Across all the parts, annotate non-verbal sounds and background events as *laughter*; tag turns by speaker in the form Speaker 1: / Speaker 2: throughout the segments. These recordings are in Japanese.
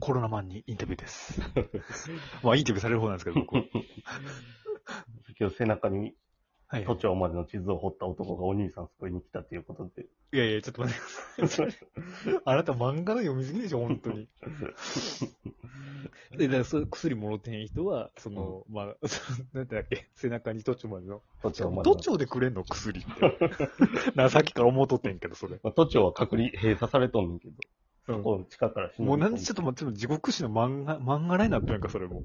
Speaker 1: コロナマンにインタビューです。 *laughs* まあ、インタビューされる方なんですけど、僕は。
Speaker 2: 今日背中に
Speaker 1: はい。
Speaker 2: 都庁までの地図を掘った男がお兄さん救いに来たっていうこと
Speaker 1: *laughs*
Speaker 2: で。
Speaker 1: いやいや、ちょっと待ってください。 *laughs* あなた漫画の読みすぎでしょ、本当に。 *laughs* で、だからそう薬もろてへん人は、その、まあ、 *laughs* なんてだっけ、背中に都庁までの。
Speaker 2: 都庁まで
Speaker 1: 都
Speaker 2: の。
Speaker 1: 庁でくれんの薬って。な、さっきから思うとってんけど、それ。
Speaker 2: まあ、都庁は隔離閉鎖されとんねんけど、
Speaker 1: うん。
Speaker 2: こう地下から忍び込
Speaker 1: もうなんでちょっと待って、ちょっと地獄史の漫画、漫画ラインになってるんか、それも。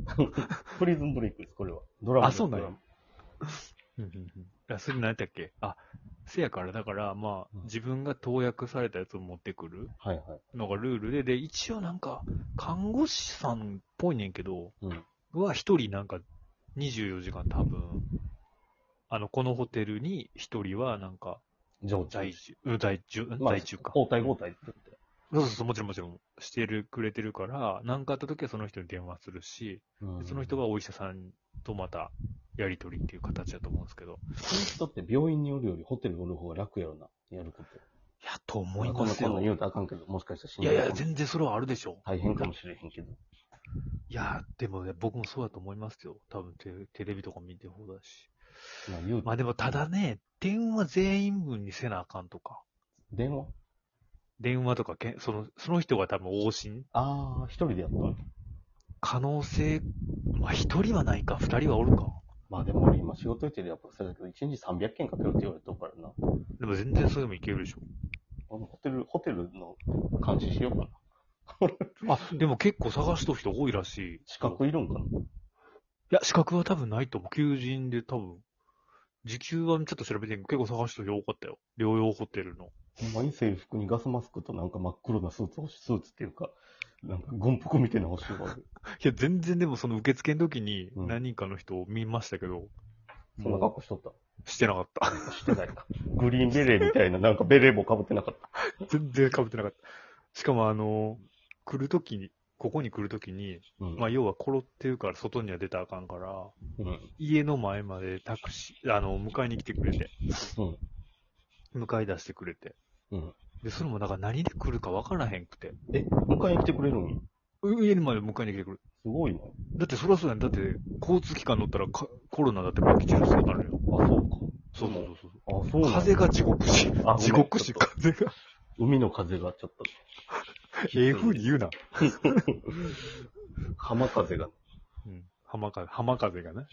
Speaker 2: プリズンブレイクです、これは。ドラマ
Speaker 1: あそうなんや
Speaker 2: ドラマ
Speaker 1: あそれ何やったっけあ、せやから、だから、まあ
Speaker 2: うん、
Speaker 1: 自分が投薬されたやつを持ってくる
Speaker 2: はいはい。
Speaker 1: のがルールで、で、一応なんか、看護師さんっぽいねんけど、
Speaker 2: うん
Speaker 1: は一人なんか、24時間多分、あの、このホテルに一人はなんか、
Speaker 2: 上
Speaker 1: 在
Speaker 2: 中。
Speaker 1: 住、うん在住、
Speaker 2: まあ
Speaker 1: 在住か。
Speaker 2: 交代交代って言って。
Speaker 1: そうそうそう、もちろんもちろん、してる、くれてるから、何かあった時はその人に電話するし、でその人
Speaker 2: は。
Speaker 1: がお医者さんとまた、やりとりっていう形だと思うんですけど。
Speaker 2: そういう人って病院におるよりホテルにおる方が楽やろな、やること。
Speaker 1: いや、と思い
Speaker 2: こん
Speaker 1: ま
Speaker 2: な
Speaker 1: す
Speaker 2: こん
Speaker 1: よ。
Speaker 2: なん
Speaker 1: い
Speaker 2: 言うとあかんけど、もしかしたら死ん
Speaker 1: や
Speaker 2: だ
Speaker 1: い
Speaker 2: ら
Speaker 1: や、全然それはあるでしょ。
Speaker 2: 大変かもしれへんけど。
Speaker 1: いや、でもね、僕もそうだと思いますよ。多分テ、テレビとか見てる方だし。
Speaker 2: まあ言う
Speaker 1: まあでも、ただね、電話全員分にせなあかんとか。
Speaker 2: 電話
Speaker 1: 電話とかけん、その、その人が多分往診
Speaker 2: ああ、一人でやったの
Speaker 1: 可能性、まあ一人はないか、二人はおるか。
Speaker 2: まあでも俺今仕事行ってるやっぱそれだけど、一日300件かけるって言われとるからな。
Speaker 1: でも全然そういうのもいけるでしょ。
Speaker 2: 俺もホテル、ホテルの監視しようかな。 *laughs*
Speaker 1: あ、でも結構探しとる人多いらしい。
Speaker 2: 資格いるんかな。
Speaker 1: いや、資格は多分ないと思う。求人で多分。時給はちょっと調べてんけど、結構探しとる人多かったよ。療養ホテルの。
Speaker 2: ほんまに制服にガスマスクとなんか真っ黒なスーツ欲しい、スーツっていうか、なんか軍服みたいなの欲しい
Speaker 1: *laughs*
Speaker 2: わ。
Speaker 1: いや、全然でもその受付の時に
Speaker 2: うん
Speaker 1: 何人かの人を見ましたけど、
Speaker 2: そんな
Speaker 1: も
Speaker 2: 格好しとった。
Speaker 1: うしてなかった。 *laughs*
Speaker 2: してないか。グリーンベレーみたいな、なんかベレー帽かぶってなかった。
Speaker 1: 全然被ってなかった。しかもあの、来る時に、ここに来る時に、
Speaker 2: うん
Speaker 1: まあ要は転ってるから外には出たらあかんから、
Speaker 2: うん。
Speaker 1: 家の前までタクシー、あの、迎えに来てくれて、
Speaker 2: うん。
Speaker 1: 迎え出してくれて。
Speaker 2: うん。
Speaker 1: で、それもなんか何で来るかわからへんくて。
Speaker 2: え、迎えに来てくれるんや
Speaker 1: う家の前で迎えに来てくる。
Speaker 2: すごいな。
Speaker 1: だってそりゃそうやん。だって、交通機関乗ったらかコロナだって空気中毒になるよ。
Speaker 2: あ、そうか。
Speaker 1: そうそうそう
Speaker 2: あ、そ
Speaker 1: そうう。
Speaker 2: なんや
Speaker 1: 風が地獄し
Speaker 2: あごめん、
Speaker 1: 地獄し、
Speaker 2: ちょっ
Speaker 1: 風が。
Speaker 2: 海の風がちょっと。
Speaker 1: ええ風に言うな。
Speaker 2: 浜風が。
Speaker 1: うん。浜風、浜風がね。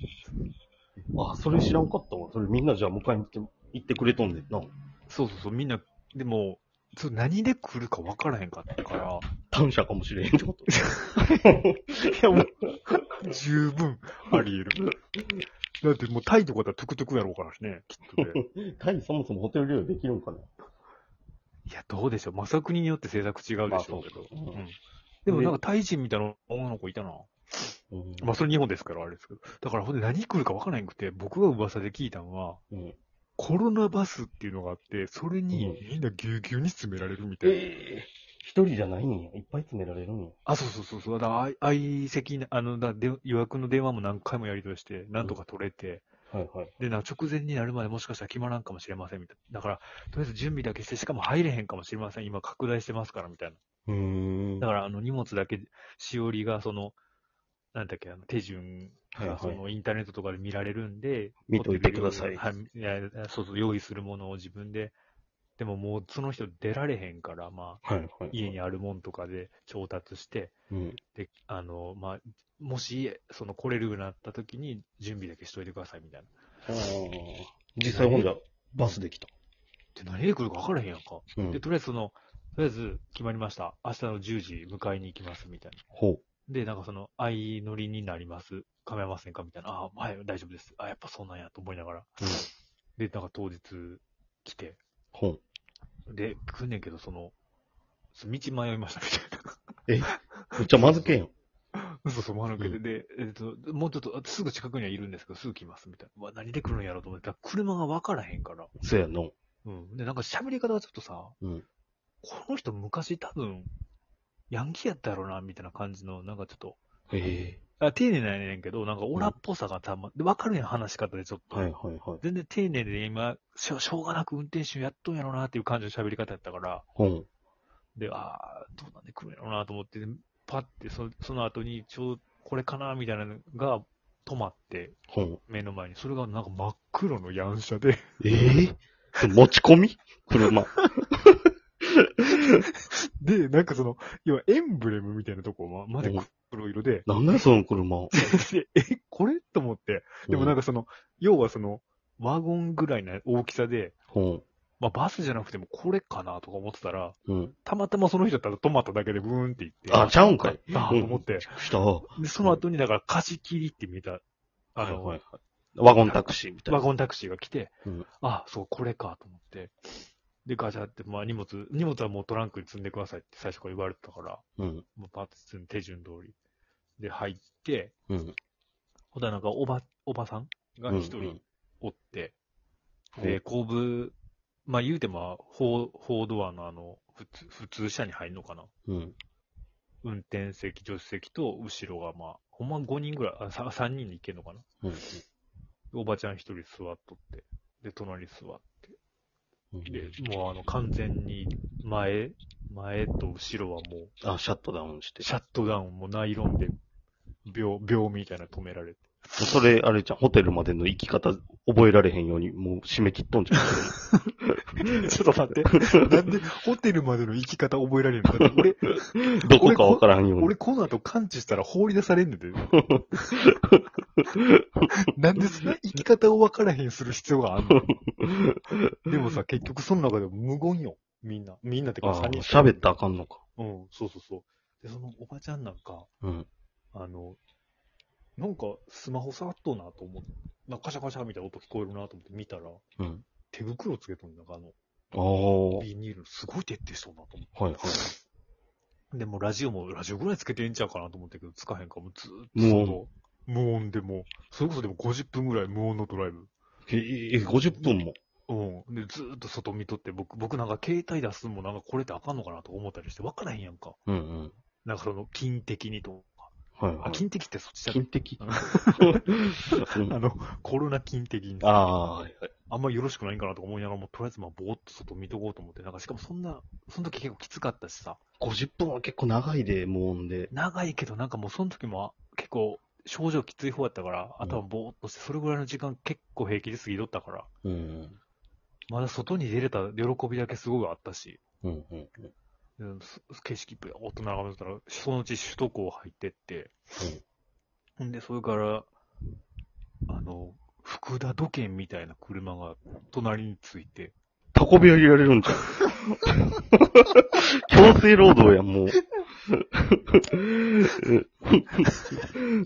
Speaker 2: あ、それ知らんかったわ。それみんなじゃあ迎えに来て、行ってくれとんねんな。
Speaker 1: そうそうそう、みんな、でも、そう何で来るか分からへんかったから、
Speaker 2: 短射かもしれへんって *laughs* こと。
Speaker 1: いやもう、十分あり *laughs* 得る。だってもうタイとかだったらトゥクトゥクやろうからしね、きっと *laughs* ね。
Speaker 2: タイそもそもホテル料理できるんかな。
Speaker 1: いや、どうでしょう。まさ国によって制作違うでしょうけど。
Speaker 2: まあそう
Speaker 1: うんでもなんかタイ人みたいな女の子いたな。
Speaker 2: うん
Speaker 1: まあそれ日本ですからあれですけど。だからほんで何来るか分からへんくて、僕が噂で聞いたのは、
Speaker 2: うん
Speaker 1: コロナバスっていうのがあって、それにみんなぎゅうぎゅうに詰められるみたいな。
Speaker 2: え一人じゃないんや。いっぱい詰められるんや。
Speaker 1: あ、そうそうそうそう。だからあい相席な、あの、だで予約の電話も何回もやり取りして、なんとか取れて、
Speaker 2: はいはい。
Speaker 1: で、な、直前になるまでもしかしたら決まらんかもしれません、みたいな。だから、とりあえず準備だけして、しかも入れへんかもしれません。今拡大してますから、みたいな。
Speaker 2: うーん。
Speaker 1: だから、あの、荷物だけ、しおりが、その、なんだっけ、あの、手順
Speaker 2: はいは
Speaker 1: が、
Speaker 2: い
Speaker 1: その、インターネットとかで見られるんで、
Speaker 2: 見といてください
Speaker 1: はい、いや、そうそう、用意するものを自分で、でももう、その人出られへんから、まあ、
Speaker 2: はいはい。
Speaker 1: 家にあるもんとかで調達して、
Speaker 2: うん。
Speaker 1: で、あの、まあ、もし、その来れるようになった時に準備だけしといてくださいみたいな。
Speaker 2: あー実際ほんじゃ、バスできた。
Speaker 1: で、何で来るか分からへんやんか。
Speaker 2: う
Speaker 1: で、。とりあえずその、とりあえず決まりました。明日の10時迎えに行きますみたいな。
Speaker 2: ほ
Speaker 1: で、なんかその、相乗りになります。構いませんかみたいな。ああ、はい、大丈夫です。あやっぱそうなんやと思いながら。
Speaker 2: う。うん。
Speaker 1: で、なんか当日来て。
Speaker 2: ほう。
Speaker 1: で、来んねんけど、その、そう道迷いましたみたいな。
Speaker 2: めっちゃまずけんやん。
Speaker 1: 嘘そう、回るけど、
Speaker 2: うん
Speaker 1: で、えっと、もうちょっと、あすぐ近くにはいるんですけど、すぐ来ます、みたいな。うわ、何で来るんやろうと思ってたら、車が分からへんから。
Speaker 2: そやの。
Speaker 1: うん。で、なんか喋り方がちょっとさ、
Speaker 2: うん。
Speaker 1: この人昔多分、ヤンキーやったやろな、みたいな感じの、なんかちょっと、
Speaker 2: へ
Speaker 1: あ丁寧なんやねんけど、なんかオラっぽさがたま、で、分かるやん、話し方でちょっ
Speaker 2: え。
Speaker 1: と。
Speaker 2: はいはいはい。
Speaker 1: 全然丁寧で今しょ、しょうがなく運転手やっとんやろな、っていう感じの喋り方やったから、
Speaker 2: ほう。
Speaker 1: で、ああ、どうなんで来るんやろうなと思って、パッてそ、その後に、ちょう、これかなみたいなのが止まって、
Speaker 2: ほう。
Speaker 1: 目の前に。それがなんか真っ黒のヤン車で、 *laughs*
Speaker 2: ええ持ち込み車。
Speaker 3: で、なんかその、要はエンブレムみたいなとこままで黒色で、
Speaker 2: なんだよ、その車。
Speaker 3: でえ、これと思って、でもなん
Speaker 2: か、
Speaker 3: かその、要はその、ワゴンぐらいの大きさで、
Speaker 2: ほ
Speaker 1: まあバスじゃなくてもこれかなとか思ってたら、
Speaker 2: う。うん。
Speaker 3: たまたまその人だったら止まっただけでブーンって行って、
Speaker 2: あ、ちゃうんかい。
Speaker 3: だーと思って、
Speaker 2: した。は
Speaker 1: で、その後にだから貸し切りって見た、あ
Speaker 2: い
Speaker 1: の、
Speaker 2: はい。ワゴンタクシーみたいな。
Speaker 1: ワゴンタクシーが来て、
Speaker 2: うん
Speaker 1: あ、そう、これかと思って。で、ガチャって、まあ荷物、荷物はもうトランクに積んでくださいって最初から言われてたから、
Speaker 2: うん。
Speaker 1: もうパッと積んで手順通り。で、入って、
Speaker 2: うん。
Speaker 1: ほたらなんかおば、おばさんが一人おって、で、後部、まあ言うても、4、4ドアのあの、普通、普通車に入るのかな
Speaker 2: うん。うん。
Speaker 1: 運転席、助手席と後ろがまあ、ほんま5人ぐらい、あ 3, 人で行けるのかな
Speaker 2: うん。
Speaker 1: おばちゃん一人座っとって、で、隣座って、
Speaker 2: うん
Speaker 1: で、もうあの、完全に前、前と後ろはも
Speaker 2: あ、シャットダウンして
Speaker 1: う、。シャットダウンもナイロンで、秒、秒みたいなの止められて。
Speaker 2: それ、あれじゃん、ホテルまでの行き方覚えられへんように、もう締め切っとんじゃん。
Speaker 3: *laughs*
Speaker 2: *laughs*
Speaker 3: ちょっと待って、なんでホテルまでの行き方覚えられるのだって俺、
Speaker 2: どこかわからんように
Speaker 3: 俺。この後感知したら放り出されん
Speaker 1: *laughs*
Speaker 3: ねんで。なんでそんな生き方を分からへんする必要があんのでもさ、結局その中でも無言よ。みんな。みんなってか
Speaker 2: ああ
Speaker 3: 3人。
Speaker 2: 喋ったらあかんのか。
Speaker 1: うん、そうそうそう。で、そのおばちゃんなんか、
Speaker 2: うん。
Speaker 1: あの、なんかスマホ触っとうなと思って、なんかカシャカシャみたいな音聞こえるなと思って見たら、
Speaker 2: うん。
Speaker 1: 手袋つけとんなんかあの、
Speaker 2: ああ。はい
Speaker 1: ビニールすごい徹底しとんなと思っ
Speaker 2: はい。
Speaker 1: て。で、もうラジオも、ラジオぐらいつけてんちゃうかなと思ったけど、つかへんから、もうずーっと
Speaker 2: 無音
Speaker 1: その無音でもう、それこそでも50分ぐらい無音のドライブ。
Speaker 2: え、え、50分も。
Speaker 1: うん。で、ずーっと外見とって、僕、僕なんか携帯出すのもなんかこれってあかんのかなとか思ったりして、わからへんやんか。
Speaker 2: うんうん。
Speaker 1: なんかその、金的にとか。
Speaker 2: はいは
Speaker 1: あ、
Speaker 2: い。
Speaker 1: 金的ってそっちじゃ
Speaker 2: 金的
Speaker 1: う
Speaker 2: *laughs* うん
Speaker 1: あの、コロナ金的に。
Speaker 2: ああ、はいはい。
Speaker 1: あんまよろしくないんかなとか思いながらも、とりあえずまあ、ぼーっと外見とこうと思って、なんかしかもそんな、その時結構きつかったしさ、
Speaker 2: 50分は結構長いで、無音で。
Speaker 1: 長いけどなんかもうその時もあ結構症状きつい方やったから、
Speaker 2: うん
Speaker 1: 頭ぼーっとして、それぐらいの時間結構平気で過ぎとったから、
Speaker 2: うん。
Speaker 1: まだ外に出れた喜びだけすごいあったし、
Speaker 2: うんうんうん。
Speaker 1: うんす景色ぶよーっと眺めてたら、そのうち首都高入ってって、ほんで、それから、あの、福田土建みたいな車が隣について、
Speaker 2: 運び上げられるんじゃ *laughs* ん。強制労働やん、もう。 *laughs*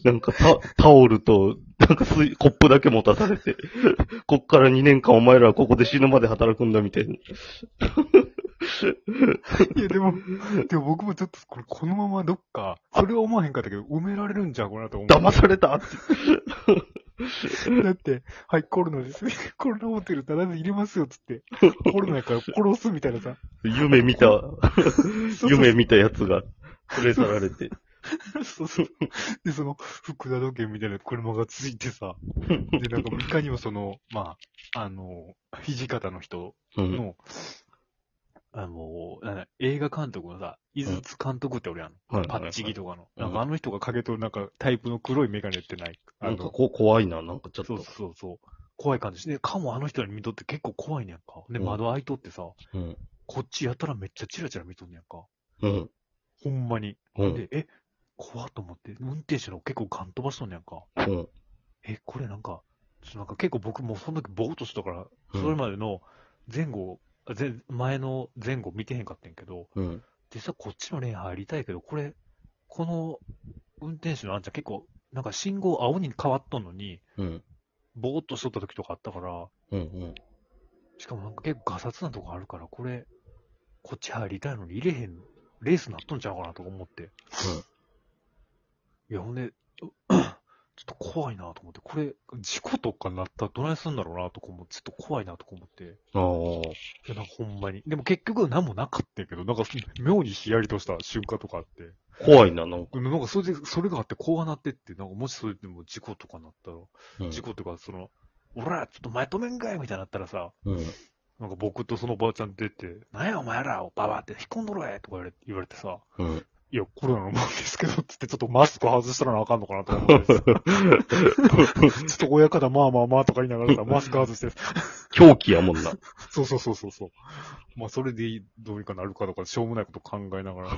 Speaker 2: なんかタ、タオルと、なんか水、コップだけ持たされて、こっから2年間お前らはここで死ぬまで働くんだみたいな。
Speaker 3: いやでも、でも僕もちょっとこれこのままどっか、それは思わへんかったけど、埋められるんちゃうかなと思う。
Speaker 2: 騙されたって。
Speaker 3: だって、はい、コロナです。 *laughs* コロナホテルただで入れますよ、つっ
Speaker 2: *laughs*
Speaker 3: て。コロナやから殺すみたいなさ。
Speaker 2: 夢
Speaker 1: *laughs*
Speaker 2: 見た、
Speaker 3: そう
Speaker 2: 夢見たやつが連れ去られて。
Speaker 3: そうそう。で、その、福田時計みたいな車がついてさ、で、なんか、いかにもその、まあ、あの、土方の人
Speaker 2: うん。
Speaker 3: の、
Speaker 1: あの、なんだ映画監督のさ、井筒監督って俺やん。
Speaker 2: はい
Speaker 1: パッチギとか *laughs* の。
Speaker 2: うん
Speaker 3: なんかあの人がかけとる、なんか、タイプの黒いメガネってない。あ
Speaker 2: なんか
Speaker 3: の、
Speaker 2: こ怖いな、なんかちょっ
Speaker 1: そう
Speaker 2: と。
Speaker 1: そうそう。怖い感じしね。かもあの人に見とって結構怖いねやんか。で、
Speaker 2: うん
Speaker 1: 窓開いとってさ、
Speaker 2: うん。
Speaker 1: こっちやたらめっちゃチラチラ見とんねやんか。
Speaker 2: うん。
Speaker 1: ほんまに。
Speaker 2: うん。
Speaker 1: で、え、怖っと思って、運転手の結構ガン飛ばしとんねやんか。
Speaker 2: うん。
Speaker 1: え、これなんか、ちょっとなんか結構僕もうその時ぼーっとしたから、
Speaker 2: うん
Speaker 1: それまでの前後、あ前前の前後見てへんかったんやけど、
Speaker 2: うん。
Speaker 1: 実はこっちのレーン入りたいけど、これ、この運転手のあんちゃん結構、なんか信号青に変わっとんのに、
Speaker 2: うん。
Speaker 1: ぼーっとしとった時とかあったから、
Speaker 2: うん。
Speaker 1: しかもなんか結構ガサツなとこあるから、これ、こっち入りたいのに入れへん、レースなっとんちゃうかなとか思って。いや、ほんで、う *coughs* ちょっと怖いなと思って、これ、事故とかなったらどないすんだろうなとかも、ちょっと怖いなとか思って。い
Speaker 2: ああ。
Speaker 1: や、なんかほんまに。でも結局何もなかったんやけど、なんか
Speaker 3: 妙にヒヤリとした瞬間とかあって。
Speaker 2: 怖いな、なんか。
Speaker 1: でもなんかそれで、それがあって、こうなってって、なんかもしそれでも事故とかなったら、
Speaker 2: うん
Speaker 1: 事故とか、その、おら、ちょっと前止めんかいみたいになったらさ、
Speaker 2: うん。
Speaker 1: なんか僕とそのばあちゃん出て、なんやお前ら、ババって、引っ込んどろえとか言われ言われてさ、 *laughs*
Speaker 2: うん。
Speaker 1: いや、コロナのもんですけど、つって、ちょっとマスク外したらあかんのかなと思
Speaker 2: *laughs*
Speaker 1: うんですよちょっと親方、まあまあまあとか言いなが
Speaker 2: *laughs*
Speaker 1: ら、マスク外して、
Speaker 2: 狂気や
Speaker 1: *laughs*
Speaker 2: もんな。
Speaker 1: そうそうそうそうそう。まあ、それでいいどうにかなるかとか、しょうもないこと考えな
Speaker 2: *laughs*
Speaker 1: がら。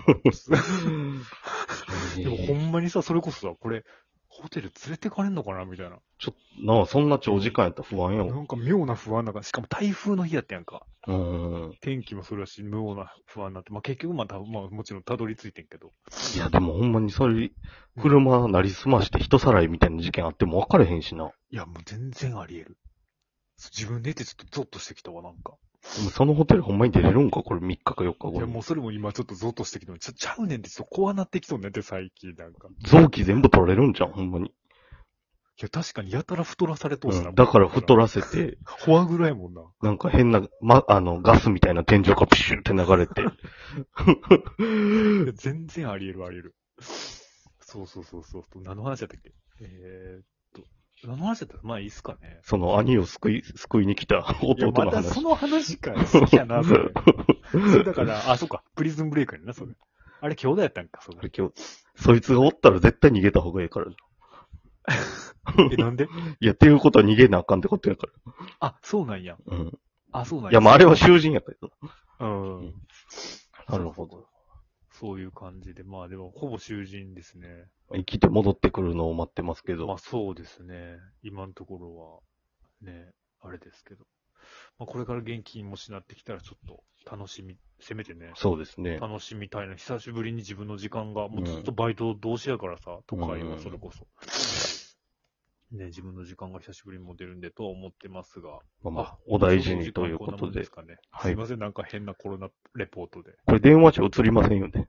Speaker 1: でも、ほんまにさ、それこそさ、これ、ホテル連れてかれんのかなみたいな。
Speaker 2: なあ、そんな長時間やったら不安やもん。
Speaker 1: なんか妙な不安ながしかも台風の日やったやんか。
Speaker 2: うん。
Speaker 1: 天気もそれやし、妙な不安になって、まあ結局また、まあもちろんたどり着いてんけど。
Speaker 2: いや、でもほんまにそれ、車なりすまして人さらいみたいな事件あっても分かれへんしな。
Speaker 1: いや、もう全然あり得る。自分で言ってちょっとゾッとしてきたわ、なんか。
Speaker 2: でもそのホテルほんまに出れるんかこれ3日か4日
Speaker 1: い
Speaker 2: 後
Speaker 1: や、もうそれも今ちょっとゾッとしてきたのにちょ、ちゃうねんって、ちょっと怖なってきそうねんって、最近なんか。
Speaker 2: 臓器全部取られるんじゃん、ほんまに。
Speaker 1: いや、確かにやたら太らされとうしな、
Speaker 2: うん、だから太
Speaker 1: ら。
Speaker 2: らせて、
Speaker 1: フォアぐらいもんな。
Speaker 2: なんか変な、ま、あの、ガスみたいな天井がプシューって流れ
Speaker 1: *laughs*
Speaker 2: て。
Speaker 1: いや全然あり得る、あり得る。そうそうそうそう。何の話だったっけえー、っと、何の話だったらまあいいっすかね。
Speaker 2: その兄を救い、救いに来た
Speaker 1: いや、
Speaker 2: 弟
Speaker 1: ま
Speaker 2: の
Speaker 1: たそ
Speaker 2: 話。
Speaker 1: の話かよ。好きやな、それ。そ *laughs* れだから、あ、そっか、プリズンブレイクやんな、それ。あれ、兄弟やったんか、そ
Speaker 2: あ
Speaker 1: れ。
Speaker 2: *laughs* れ今日、そいつがおったら絶対逃げた方がいいから。
Speaker 1: え、なんで
Speaker 2: いや、っていうことは逃げなあかんってことやか
Speaker 1: あ、そうなんや。
Speaker 2: ら。うん。
Speaker 1: あ、そうなん
Speaker 2: いや、まあ、あれは囚人やけど。
Speaker 1: うん。
Speaker 2: なるほど。
Speaker 1: そういう感じで、まあでも、ほぼ囚人ですね。
Speaker 2: 生きて戻ってくるのを待ってますけ
Speaker 1: ま
Speaker 2: ど
Speaker 1: あ。そうですね。今のところは、ね、あれですけど。まあこれから現金もしなってきたらちょっと楽しみ、せめてね、
Speaker 2: そうですね。
Speaker 1: 楽しみたいな。久しぶりに自分の時間が、もうずっとバイト同士やからさ、都会
Speaker 2: うんう
Speaker 1: は
Speaker 2: ん
Speaker 1: それこそ。ね、自分の時間が久しぶりに持てるんでとは思ってますが。
Speaker 2: まあまあ、お大事にというこ
Speaker 1: その時間んなもん
Speaker 2: と
Speaker 1: で。
Speaker 2: です
Speaker 1: かね。
Speaker 2: は
Speaker 1: す
Speaker 2: い
Speaker 1: いません、なんか変なコロナレポートで。
Speaker 2: これ電話じゃ映りませんよね。